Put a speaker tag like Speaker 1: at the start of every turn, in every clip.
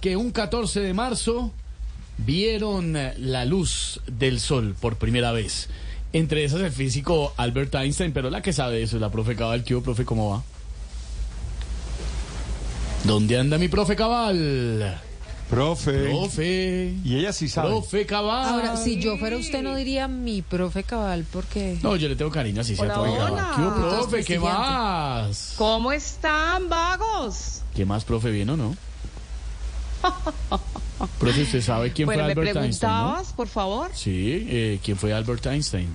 Speaker 1: que un 14 de marzo vieron la luz del sol por primera vez. Entre esas el físico Albert Einstein, pero la que sabe eso es la profe Cabal. ¿Qué hubo, profe, cómo va? ¿Dónde anda mi profe Cabal?
Speaker 2: Profe.
Speaker 1: Profe.
Speaker 2: Y ella sí sabe.
Speaker 1: Profe Cabal.
Speaker 3: Ahora, si yo fuera usted, no diría mi profe cabal, porque.
Speaker 1: No, yo le tengo cariño así, sea
Speaker 4: Hola,
Speaker 1: profe Cabal.
Speaker 4: hola.
Speaker 1: ¿Qué hubo, profe? ¿Qué
Speaker 3: Prestigiante.
Speaker 1: más?
Speaker 4: ¿Cómo están, vagos?
Speaker 1: ¿Qué más, profe? ¿Bien o no? profe, ¿usted sabe quién
Speaker 4: bueno,
Speaker 1: fue
Speaker 4: me
Speaker 1: Albert Einstein? no?
Speaker 4: preguntabas, por favor,
Speaker 1: Sí, eh, ¿quién fue Albert Einstein?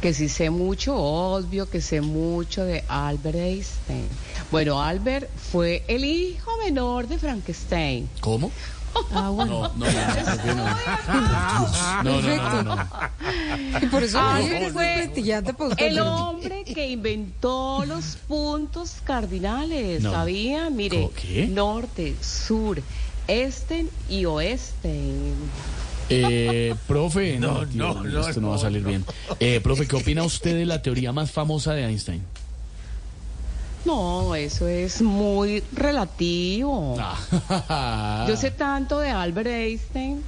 Speaker 4: que si sé mucho, obvio que sé mucho de Albert Einstein. Bueno, Albert fue el hijo menor de Frankenstein.
Speaker 1: ¿Cómo?
Speaker 3: Ah, bueno.
Speaker 1: No, no, no, no, no, no, no, no, no.
Speaker 3: Y por eso
Speaker 4: Ay,
Speaker 3: es muy
Speaker 4: fue
Speaker 3: prestigiante para pues, usted.
Speaker 4: El
Speaker 3: pero-
Speaker 4: hombre que inventó los puntos cardinales,
Speaker 1: No.
Speaker 4: ¿sabía? Mire,
Speaker 1: ¿Co- qué?
Speaker 4: norte, sur, este y oeste.
Speaker 1: Eh, profe, no, no, esto no va a salir bien. Eh, profe, ¿qué opina usted de la teoría más famosa de Einstein?
Speaker 4: No, eso es muy relativo.
Speaker 1: Ah,
Speaker 4: Yo sé tanto de Albert Einstein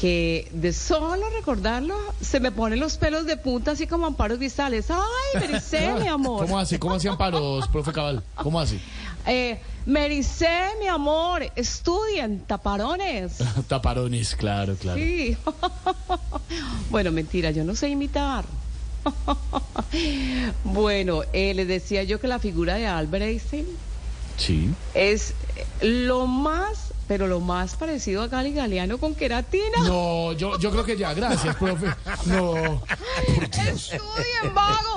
Speaker 4: que de solo recordarlo se me ponen los pelos de punta así como amparos cristales. Ay, Mericé, mi amor.
Speaker 1: ¿Cómo hace? ¿Cómo hace amparos, profe Cabal? ¿Cómo hace?
Speaker 4: Eh, Mericé, mi amor, estudien taparones.
Speaker 1: Taparones, claro, Ah, claro.
Speaker 4: Sí. bueno, mentira, yo no sé imitar. bueno, eh, les decía yo que la figura de Albert Einstein
Speaker 1: Sí.
Speaker 4: es lo más, pero lo más parecido a Gali Galeano con queratina.
Speaker 1: No, yo, yo creo que ya, gracias, profe. No.
Speaker 4: ¡Estudien, vago!